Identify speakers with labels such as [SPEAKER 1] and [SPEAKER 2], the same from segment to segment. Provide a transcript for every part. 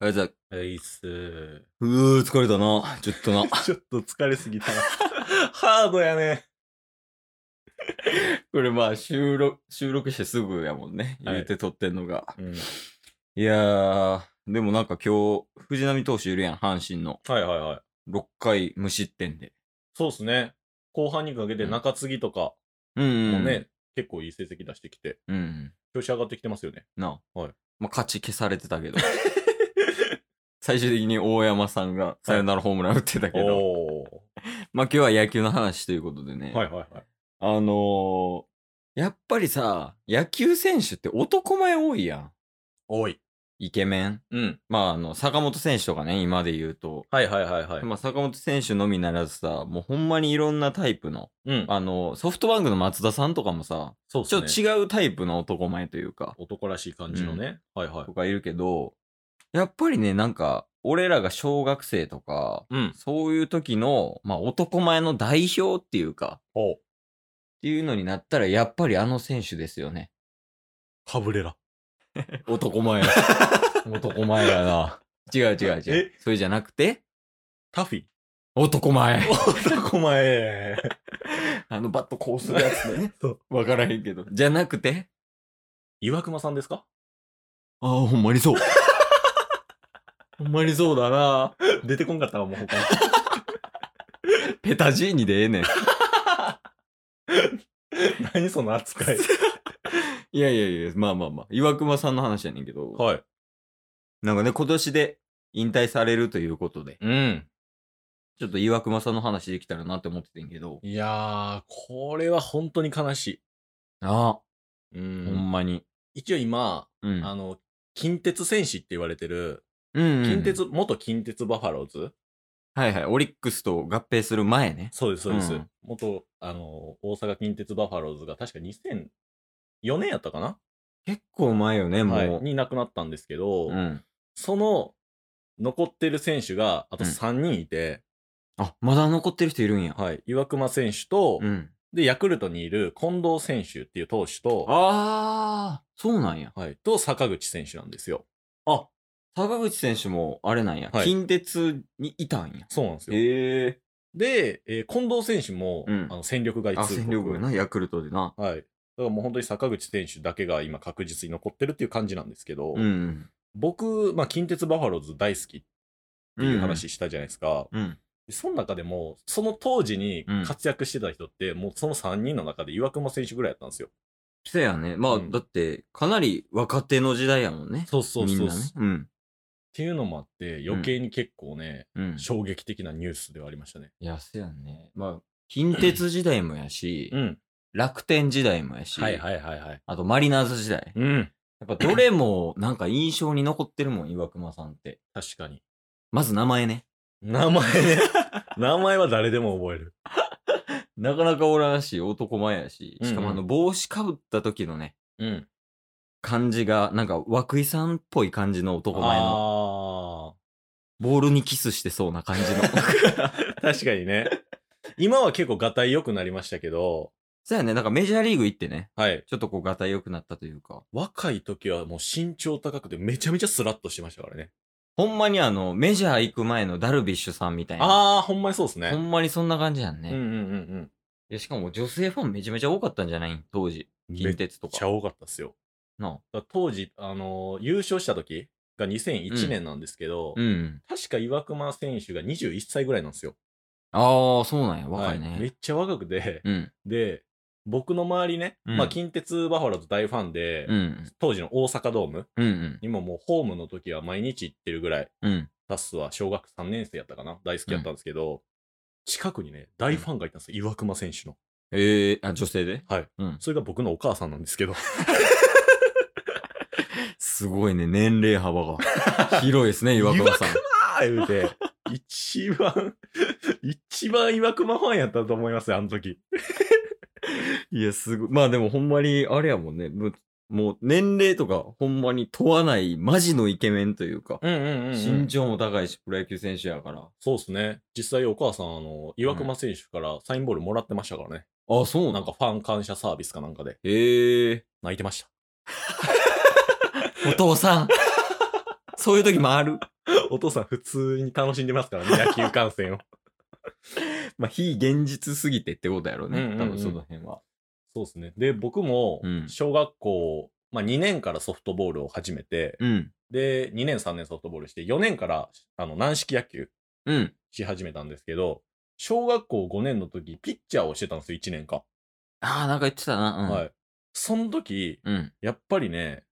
[SPEAKER 1] ありがとうございます。
[SPEAKER 2] はいっす。
[SPEAKER 1] うー、疲れたな。ちょっとな。
[SPEAKER 2] ちょっと疲れすぎたな。 ハードやね。
[SPEAKER 1] これまあ、収録、収録してすぐやもんね。
[SPEAKER 2] はい
[SPEAKER 1] 言うて撮ってんのが。
[SPEAKER 2] うん。
[SPEAKER 1] い、やー、でもなんか今日、藤浪投手いるやん、阪神の。
[SPEAKER 2] はいはいはい。
[SPEAKER 1] 6回無失点で。
[SPEAKER 2] そうっすね。後半にかけて中継ぎとか
[SPEAKER 1] うん、う
[SPEAKER 2] も
[SPEAKER 1] ん。
[SPEAKER 2] ね、。結構いい成績出してきて、
[SPEAKER 1] うん。
[SPEAKER 2] 調子上がってきてますよね。
[SPEAKER 1] なあ。
[SPEAKER 2] はい
[SPEAKER 1] まあ、勝ち消されてたけ ど。最終的に大山さんがサヨナラホームラン打ってたけど。
[SPEAKER 2] おお。
[SPEAKER 1] まあ、今日は野球の話ということでね。
[SPEAKER 2] はいはいはい。
[SPEAKER 1] あのー、やっぱりさ、野球選手って男前多いやん。
[SPEAKER 2] 多い。
[SPEAKER 1] イケメン。
[SPEAKER 2] うん。
[SPEAKER 1] まあ、あの、坂本選手とかね、今で言うと。
[SPEAKER 2] はいはいはいはい。
[SPEAKER 1] まあ、坂本選手のみならずさ、もうほんまにいろんなタイプの、
[SPEAKER 2] うん。
[SPEAKER 1] あの、ソフトバンクの松田さんとかもさ、
[SPEAKER 2] そうっ
[SPEAKER 1] ち
[SPEAKER 2] す
[SPEAKER 1] ょ
[SPEAKER 2] ね。
[SPEAKER 1] っと違うタイプの男前というか、
[SPEAKER 2] 男らしい感じのね。はいはい
[SPEAKER 1] と。かいるけど、やっぱりね、なんか、俺らが小学生とか、
[SPEAKER 2] うん。
[SPEAKER 1] そういう時の、まあ、男前の代表っていうか、
[SPEAKER 2] お
[SPEAKER 1] っていうのになったら、やっぱりあの選手ですよね。
[SPEAKER 2] カブレラ。
[SPEAKER 1] 男 前。男前やな。違う違う違う
[SPEAKER 2] え。
[SPEAKER 1] それじゃなくて、
[SPEAKER 2] タフィ。
[SPEAKER 1] 男前。
[SPEAKER 2] 男前。
[SPEAKER 1] あのバットこうするやつ ね
[SPEAKER 2] そう。
[SPEAKER 1] わからへんけど。じゃなくて、
[SPEAKER 2] 岩隈さんですか
[SPEAKER 1] ああ、ほんまにそう。ほんまにそうだな。
[SPEAKER 2] 出てこんかったわ、もう他に。
[SPEAKER 1] ペタジーニでええねん。
[SPEAKER 2] 何その扱い。
[SPEAKER 1] いやいやいや、まあまあまあ。岩隈さんの話やねんけど、
[SPEAKER 2] はい。
[SPEAKER 1] なんかね、今年で引退されるということで、
[SPEAKER 2] うん。
[SPEAKER 1] ちょっと岩隈さんの話できたらなって思っててんけど、
[SPEAKER 2] いやー、これは本当に悲し
[SPEAKER 1] ああ、
[SPEAKER 2] い。
[SPEAKER 1] ほ
[SPEAKER 2] う
[SPEAKER 1] ん
[SPEAKER 2] ん。
[SPEAKER 1] まに。
[SPEAKER 2] 一応今、
[SPEAKER 1] うん。
[SPEAKER 2] あの、近鉄戦士って言われてる、
[SPEAKER 1] うんうん
[SPEAKER 2] 近鉄、元近鉄バファローズ
[SPEAKER 1] はいはい。オリックスと合併する前ね。
[SPEAKER 2] そうです、そうです。
[SPEAKER 1] うん
[SPEAKER 2] 元、あの、大阪近鉄バファローズが確か2004年やったかな
[SPEAKER 1] 結構前よね、もう。
[SPEAKER 2] はい。に亡くなったんですけど、
[SPEAKER 1] うん。
[SPEAKER 2] その、残ってる選手が、あと3人いて、
[SPEAKER 1] あ、まだ残ってる人いるんや。
[SPEAKER 2] はい。岩隈選手と、
[SPEAKER 1] うん。
[SPEAKER 2] で、ヤクルトにいる近藤選手っていう投手と、
[SPEAKER 1] ああ、そうなんや。
[SPEAKER 2] はい。と、坂口選手なんですよ。
[SPEAKER 1] あ、坂口選手もあれなんや。
[SPEAKER 2] はい
[SPEAKER 1] 近鉄にいたんや。
[SPEAKER 2] そうなんですよ。
[SPEAKER 1] へえ
[SPEAKER 2] で、えー近藤選手も、
[SPEAKER 1] うん
[SPEAKER 2] あの戦力外
[SPEAKER 1] あ、
[SPEAKER 2] 通告
[SPEAKER 1] 戦力がな、ヤクルトでな。
[SPEAKER 2] はい。だからもう本当に坂口選手だけが今確実に残ってるっていう感じなんですけど、
[SPEAKER 1] うん。
[SPEAKER 2] 僕、まあ、近鉄バファローズ大好きっていう話したじゃないですか。
[SPEAKER 1] うん。
[SPEAKER 2] その中でも、その当時に活躍してた人って、もうその3人の中で岩隈選手ぐらいやったんですよ。
[SPEAKER 1] そやね。まあ、
[SPEAKER 2] うん
[SPEAKER 1] だって、かなり若手の時代やもんね。
[SPEAKER 2] そうそ
[SPEAKER 1] みんな
[SPEAKER 2] っ
[SPEAKER 1] ね。うん。
[SPEAKER 2] ていうのもあって、余計に結構ね、
[SPEAKER 1] うん。
[SPEAKER 2] 衝撃的なニュースではありましたね。
[SPEAKER 1] いや、そやね。まあ、近鉄時代もやし、
[SPEAKER 2] ん。
[SPEAKER 1] 楽天時代もやし、
[SPEAKER 2] はいはいはいはい。
[SPEAKER 1] あとマリナーズ時代。
[SPEAKER 2] うん。
[SPEAKER 1] やっぱどれもなんか印象に残ってるもん、岩隈さんって。
[SPEAKER 2] 確かに。
[SPEAKER 1] まず名前ね。
[SPEAKER 2] 名前ね。名前は誰でも覚える。
[SPEAKER 1] なかなかおらんし、男前やし、しかもあ
[SPEAKER 2] うんう
[SPEAKER 1] の帽子かぶった時のね、
[SPEAKER 2] うん。
[SPEAKER 1] 感じが、なんか涌井さんっぽい感じの男前の、ボールにキスしてそうな感じ の。
[SPEAKER 2] あー確かにね。今は結構がたい良くなりましたけど、
[SPEAKER 1] そうやね、なんかメジャーリーグ行ってね、
[SPEAKER 2] はい。
[SPEAKER 1] ちょっとこう、がたい良くなったというか、
[SPEAKER 2] 若い時はもう身長高くてめちゃめちゃスラッとしてましたからね。
[SPEAKER 1] ほんまにあの、メジャー行く前のダルビッシュさんみたいな、
[SPEAKER 2] ああ、ほんまにそうです
[SPEAKER 1] ほ
[SPEAKER 2] ね。
[SPEAKER 1] んまにそんな感じやんね。
[SPEAKER 2] うんう
[SPEAKER 1] い
[SPEAKER 2] んうん
[SPEAKER 1] やしかも女性ファンめちゃめちゃ多かったんじゃない当時、
[SPEAKER 2] うん。め
[SPEAKER 1] 近
[SPEAKER 2] っ
[SPEAKER 1] 鉄と
[SPEAKER 2] ちゃ
[SPEAKER 1] か。
[SPEAKER 2] 多かったっすよ。
[SPEAKER 1] な
[SPEAKER 2] だから当時、あのー優勝した時が2001年なんですけど、
[SPEAKER 1] あうん。
[SPEAKER 2] 確か岩隈選手が21歳ぐらいなんですよ。
[SPEAKER 1] ああ、そうなんや、若いね。
[SPEAKER 2] はめっちゃ若くて、
[SPEAKER 1] うん。
[SPEAKER 2] で、僕の周りね、
[SPEAKER 1] うん
[SPEAKER 2] まあ近鉄バファローズ大ファンで、
[SPEAKER 1] うん。
[SPEAKER 2] 当時の大阪ドーム、
[SPEAKER 1] うんうん。
[SPEAKER 2] 今もうホームの時は毎日行ってるぐらい、
[SPEAKER 1] うん。
[SPEAKER 2] タスは小学3年生やったかな、大好きやったんですけど、近くにね、大ファンがいたんですよ、岩隈選手の。
[SPEAKER 1] ええー、あ、女性で
[SPEAKER 2] はい。
[SPEAKER 1] うん。
[SPEAKER 2] それが僕のお母さんなんですけど、
[SPEAKER 1] すごいね、年齢幅 が。広いですね、岩倉さん。
[SPEAKER 2] あー言うて、一番、一番岩隈ファンやったと思いますよ、あの時。
[SPEAKER 1] いや、すごい。まあでもほんまに、あれやもんね。もう、もう年齢とかほんまに問わない、マジのイケメンというか、
[SPEAKER 2] うんうん
[SPEAKER 1] 身長も高いし、プロ野球選手やから。
[SPEAKER 2] そうですね。実際お母さん、あの、岩隈選手からサインボールもらってましたからね。
[SPEAKER 1] あ、そう
[SPEAKER 2] なんか。ファン感謝サービスかなんかで
[SPEAKER 1] へえ。
[SPEAKER 2] 泣いてました。
[SPEAKER 1] お父さん。 そういう時もある。
[SPEAKER 2] お父さん普通に楽しんでますからね、野球観戦を。
[SPEAKER 1] まあ、非現実すぎてってことやろうね。
[SPEAKER 2] うんうんうん
[SPEAKER 1] 多分その辺は。
[SPEAKER 2] そうですね。で、僕も
[SPEAKER 1] うん、
[SPEAKER 2] 小学校、まあ2年からソフトボールを始めて、
[SPEAKER 1] うん。
[SPEAKER 2] で、2年3年ソフトボールして、4年から、あの、軟式野球
[SPEAKER 1] うん。
[SPEAKER 2] し始めたんですけど、小学校5年の時、ピッチャーをしてたんですよ、1年間。
[SPEAKER 1] ああ、なんか言ってたな。うん。
[SPEAKER 2] はい。その時、
[SPEAKER 1] うん。
[SPEAKER 2] やっぱりね、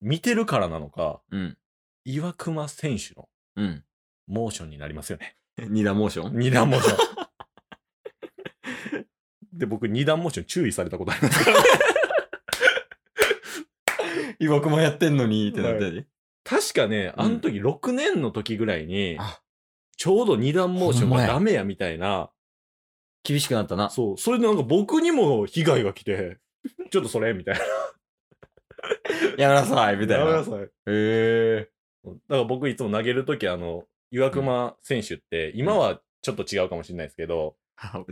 [SPEAKER 2] 見てるからなのか、
[SPEAKER 1] うん。
[SPEAKER 2] 岩隈選手の
[SPEAKER 1] うん。
[SPEAKER 2] モーションになりますよね。
[SPEAKER 1] 二段モーショ ン
[SPEAKER 2] 二段モーション。で、僕、二段モーション注意されたことありますからね。
[SPEAKER 1] 岩隈やってんのにってなったり。
[SPEAKER 2] 確かね、
[SPEAKER 1] うん
[SPEAKER 2] あの時、6年の時ぐらいに、
[SPEAKER 1] あ
[SPEAKER 2] ちょうど二段モーション
[SPEAKER 1] ほんま
[SPEAKER 2] が
[SPEAKER 1] や
[SPEAKER 2] ダメやみたいな、
[SPEAKER 1] 厳しくなったな。
[SPEAKER 2] そう、それでなんか僕にも被害が来 て、ちょっとそれみたいな。
[SPEAKER 1] やめなさいみたいな。
[SPEAKER 2] やめなさい。だか
[SPEAKER 1] へえ。
[SPEAKER 2] ら僕、いつも投げる時あの、岩隈選手って、今はちょっと違うかもしれないですけど、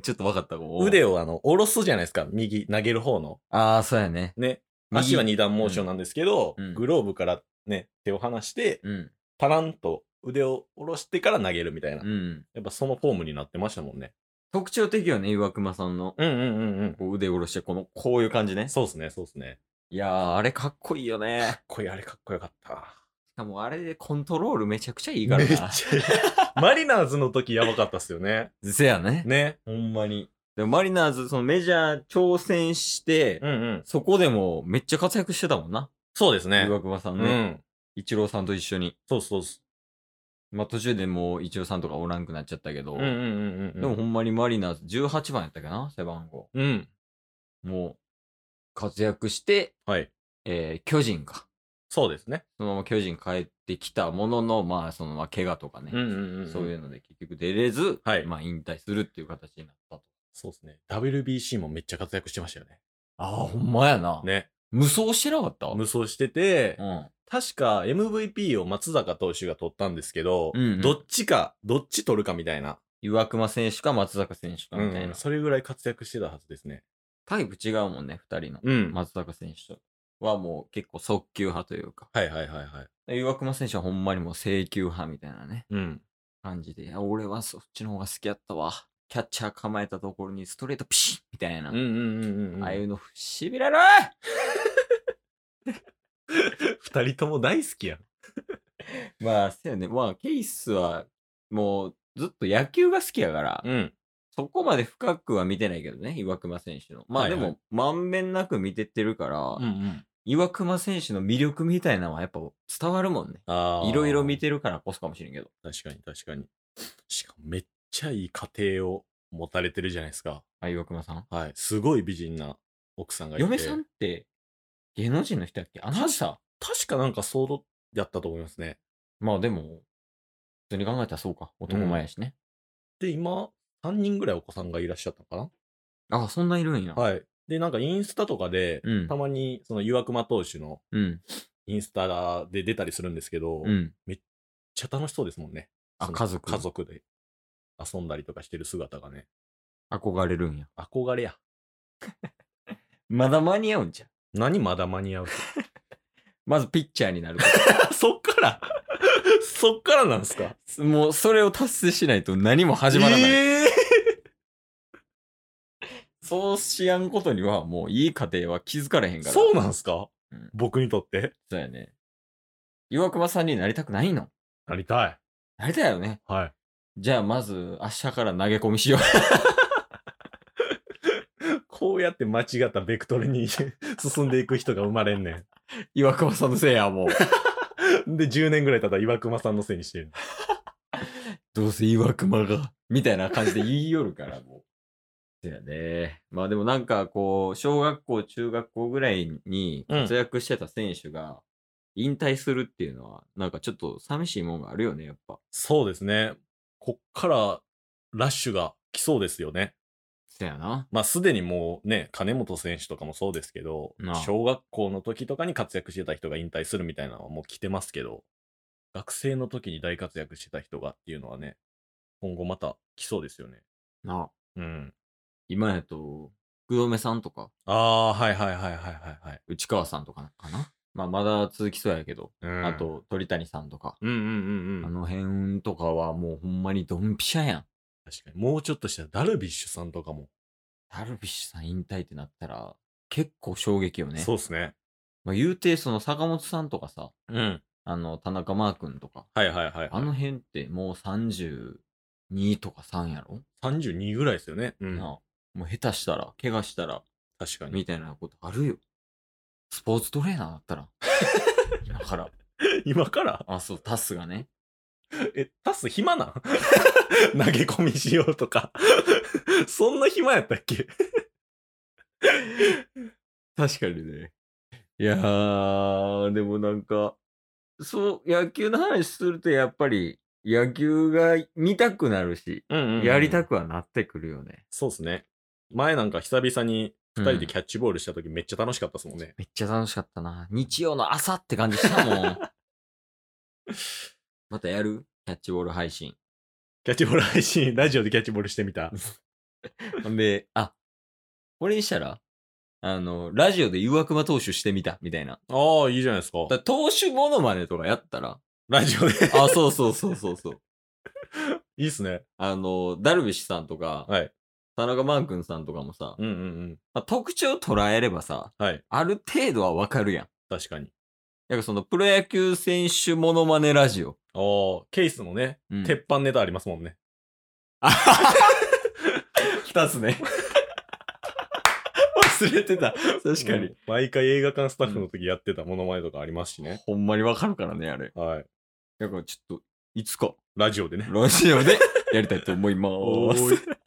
[SPEAKER 1] ちょっと分かった。
[SPEAKER 2] 腕
[SPEAKER 1] を。
[SPEAKER 2] をあの、下ろすじゃないですか、右、投げる方の。
[SPEAKER 1] ああ、そうやね。
[SPEAKER 2] ね、
[SPEAKER 1] 右
[SPEAKER 2] 足は二段モーションなんですけど、
[SPEAKER 1] うん
[SPEAKER 2] グローブからね、手を離して、
[SPEAKER 1] うん。
[SPEAKER 2] パランと腕を下ろしてから投げるみたいな。
[SPEAKER 1] うん。
[SPEAKER 2] やっぱそのフォームになってましたもんね。
[SPEAKER 1] 特徴的よね、岩隈さんの。
[SPEAKER 2] うんうんうんうん。
[SPEAKER 1] こう腕を下ろして、この、こういう感じね。
[SPEAKER 2] そうっすね、そうっすね。
[SPEAKER 1] いやー、あれかっこいいよね。
[SPEAKER 2] これあれかっこよかった。
[SPEAKER 1] しかもあれでコントロールめちゃくちゃいいから
[SPEAKER 2] めっ
[SPEAKER 1] な。
[SPEAKER 2] ちゃマリナーズの時やばかったっすよ ね。
[SPEAKER 1] せやね。
[SPEAKER 2] ね。
[SPEAKER 1] ほんまに。でもマリナーズ、そのメジャー挑戦して、
[SPEAKER 2] うんうん。
[SPEAKER 1] そこでもめっちゃ活躍してたもんな。
[SPEAKER 2] そうですね。
[SPEAKER 1] 岩隈さ
[SPEAKER 2] うん
[SPEAKER 1] ね。
[SPEAKER 2] ん。
[SPEAKER 1] イチローさんと一緒に。
[SPEAKER 2] そうそうそ
[SPEAKER 1] まあ途中でもうイチローさんとかおらんくなっちゃったけど、
[SPEAKER 2] う。うんうんうんうん。
[SPEAKER 1] でもほんまにマリナーズ18番やったっけな、背番号。
[SPEAKER 2] うん。
[SPEAKER 1] もう、活躍して、
[SPEAKER 2] はい。
[SPEAKER 1] えー巨人か。
[SPEAKER 2] そうですね。
[SPEAKER 1] そのまま巨人帰ってきたものの、まあそのまあ怪我とかね、
[SPEAKER 2] うんうんうん。
[SPEAKER 1] そういう。ので結局出れず、
[SPEAKER 2] はい
[SPEAKER 1] まあ引退するっていう形になったと。
[SPEAKER 2] そうですね。WBC もめっちゃ活躍してましたよね。
[SPEAKER 1] ああ、ほんまやな。
[SPEAKER 2] ね。
[SPEAKER 1] 無双してなかった
[SPEAKER 2] 無双してて、
[SPEAKER 1] うん。
[SPEAKER 2] 確か MVP を松坂投手が取ったんですけど、
[SPEAKER 1] うんうん
[SPEAKER 2] どっちか、どっち取るかみたいな。
[SPEAKER 1] 岩隈選手か松坂選手かみたいな。
[SPEAKER 2] うんそれぐらい活躍してたはずですね。
[SPEAKER 1] タイプ違うもんね、二人の。
[SPEAKER 2] うん
[SPEAKER 1] 松坂選手とはもう結構速球派というか。
[SPEAKER 2] はいはいはいはい。
[SPEAKER 1] 岩隈選手はほんまにもう制球派みたいなね、
[SPEAKER 2] うん。
[SPEAKER 1] 感じで。いや俺はそっちの方が好きやったわ。キャッチャー構えたところにストレートピシッみたいな。
[SPEAKER 2] うんうんうんうん。
[SPEAKER 1] あ
[SPEAKER 2] あ
[SPEAKER 1] あ
[SPEAKER 2] あ
[SPEAKER 1] い
[SPEAKER 2] いう
[SPEAKER 1] うのしびれる
[SPEAKER 2] 二人とも大好きやん。
[SPEAKER 1] まあ、そうよね。まあ、ケイスはもうずっと野球が好きやから、
[SPEAKER 2] うん。
[SPEAKER 1] そこまで深くは見てないけどね、岩隈選手の。まあ
[SPEAKER 2] はい
[SPEAKER 1] で
[SPEAKER 2] はい
[SPEAKER 1] も、まんべんなく見てってるから、
[SPEAKER 2] ん。
[SPEAKER 1] 岩隈選手の魅力みたいなのはやっぱ伝わるもんね。
[SPEAKER 2] ああ。
[SPEAKER 1] いろいろ見。てるからこそかもしれんけど。
[SPEAKER 2] 確かに確かに。しかもめっちゃいい家庭を持たれてるじゃないですか。
[SPEAKER 1] あ、岩隈さん。
[SPEAKER 2] はい。すごい美人な奥さんがいて。
[SPEAKER 1] 嫁さんって芸能人の人だっけアナウンサー
[SPEAKER 2] 確かなんか相当やったと思いますね。
[SPEAKER 1] まあでも、普通に考えたらそうか。男前やしね。
[SPEAKER 2] で、今、3人ぐらいお子さんがいらっしゃったのかな
[SPEAKER 1] あ、そんないるんや。
[SPEAKER 2] はい。で、なんかインスタとかで、
[SPEAKER 1] うん
[SPEAKER 2] たまにその岩隈投手の
[SPEAKER 1] うん。
[SPEAKER 2] インスタで出たりするんですけど、
[SPEAKER 1] う
[SPEAKER 2] めっ
[SPEAKER 1] ん。
[SPEAKER 2] ちゃ楽しそうですもんね。
[SPEAKER 1] あ
[SPEAKER 2] その
[SPEAKER 1] 家族
[SPEAKER 2] 家族で遊んだりとかしてる姿がね、
[SPEAKER 1] 憧れるんや。
[SPEAKER 2] 憧れや。
[SPEAKER 1] まだ間に合うんじゃん。
[SPEAKER 2] 何まだ間に合うって
[SPEAKER 1] まずピッチャーになるこ
[SPEAKER 2] そっからそっからなんですか
[SPEAKER 1] と。もうそれを達成しないと何も始まらない。
[SPEAKER 2] え
[SPEAKER 1] そうしやんことにはもういい家庭は気づかれへん
[SPEAKER 2] ー
[SPEAKER 1] から。
[SPEAKER 2] そうなんすか、
[SPEAKER 1] うん
[SPEAKER 2] 僕にとって
[SPEAKER 1] そうやね。岩隈さんになりたくないの
[SPEAKER 2] なりたい。
[SPEAKER 1] なりたいよね。
[SPEAKER 2] はい。
[SPEAKER 1] じゃあまず明日から投げ込みしよう。
[SPEAKER 2] こうやって間違ったベクトルに 進んでいく人が生まれんね
[SPEAKER 1] 岩隈さんのせいや、もう。
[SPEAKER 2] ん。で、10年ぐらい経ったら岩隈さんのせいにしてる。
[SPEAKER 1] どうせ岩熊が、みたいな感じで言いよるから、もう。そうやね。まあでもなんかこう、小学校、中学校ぐらいに活躍してた選手が引退するっていうのは、なんかちょっと寂しいもんがあるよね、やっぱ。
[SPEAKER 2] そうですね。こっからラッシュが来そうですよね。
[SPEAKER 1] そうやな。
[SPEAKER 2] まあすでにもうね、金本選手とかもそうですけど
[SPEAKER 1] なあ、
[SPEAKER 2] 小学校の時とかに活躍してた人が引退するみたいなのはもう来てますけど、学生の時に大活躍してた人がっていうのはね、今後また来そうですよね。
[SPEAKER 1] なあ
[SPEAKER 2] うん。
[SPEAKER 1] 今やと、福留さんとか、
[SPEAKER 2] ああ、はいはいはいはいはいはい。
[SPEAKER 1] 内川さんとかかな。まあ、まだ続きそうやけど、
[SPEAKER 2] うん
[SPEAKER 1] あ、と鳥谷さんとか、
[SPEAKER 2] うんうんうんうん。
[SPEAKER 1] あの辺とかはもうほんまにドンピシャやん。
[SPEAKER 2] 確かに。もうちょっとしたらダルビッシュさんとかも。
[SPEAKER 1] ダルビッシュさん引退ってなったら、結構衝撃よね。
[SPEAKER 2] そうですね。
[SPEAKER 1] まあ、言うて、その坂本さんとかさ、
[SPEAKER 2] うん。
[SPEAKER 1] あの、田中マー君とか、
[SPEAKER 2] はいはいはいはい。
[SPEAKER 1] あの辺ってもう32とか3やろ、
[SPEAKER 2] 32ぐらいですよね。
[SPEAKER 1] う
[SPEAKER 2] う。
[SPEAKER 1] んなあもう下手したら、怪我したら、
[SPEAKER 2] 確かに。
[SPEAKER 1] みたいなことあるよ。スポーツトレーナーだ ったら。今から。
[SPEAKER 2] 今から
[SPEAKER 1] あ、そう、タスがね。
[SPEAKER 2] え、タス暇 なん投げ込みしようとか。そんな暇やったっけ
[SPEAKER 1] 確かにね。いやー、でもなんか、そう、野球の話するとやっぱり、野球が見たくなるし、
[SPEAKER 2] うんうん
[SPEAKER 1] やりた
[SPEAKER 2] く。
[SPEAKER 1] くはなってくるよね。
[SPEAKER 2] そうですね。前なんか久々に2人
[SPEAKER 1] う
[SPEAKER 2] で
[SPEAKER 1] ん
[SPEAKER 2] キャッチボールした時めっちゃ楽しかったですもんね。
[SPEAKER 1] めっちゃ楽しかったな。日曜の朝って感じしたも ん。またやるキャッチボール配信。
[SPEAKER 2] キャッチボール配信、ラジオでキャッチボールしてみた。
[SPEAKER 1] ほんで、あ、これにしたら、あの、ラジオで誘惑魔投手してみた、みたいな。
[SPEAKER 2] ああ、いいじゃないですか。
[SPEAKER 1] だから投手モノマネとかやったら、
[SPEAKER 2] ラジオで。
[SPEAKER 1] あ、そうそうそうそうそう。
[SPEAKER 2] いいっすね。
[SPEAKER 1] あの、ダルビッシュさんとか、
[SPEAKER 2] はい。
[SPEAKER 1] 田中マー君さんとかもさ、
[SPEAKER 2] うんうん
[SPEAKER 1] まあ特徴捉えればさ、
[SPEAKER 2] うん。はい。
[SPEAKER 1] ある程度はわかるやん。
[SPEAKER 2] 確かに。
[SPEAKER 1] やっぱそのプロ野球選手モノマネラジオ。
[SPEAKER 2] ああ、ケースもね、
[SPEAKER 1] うん
[SPEAKER 2] 鉄板ネタありますもんね。
[SPEAKER 1] 二つね。 忘れてた。確か
[SPEAKER 2] う
[SPEAKER 1] に
[SPEAKER 2] ん。。毎回映画館スタッフの時やってたモノマネとかありますしね。
[SPEAKER 1] ほんまにわかるからね、あれ。
[SPEAKER 2] はい。
[SPEAKER 1] だからちょっと、いつか、
[SPEAKER 2] ラジオでね。
[SPEAKER 1] ラジオでやりたいと思いま
[SPEAKER 2] お
[SPEAKER 1] す
[SPEAKER 2] ーい。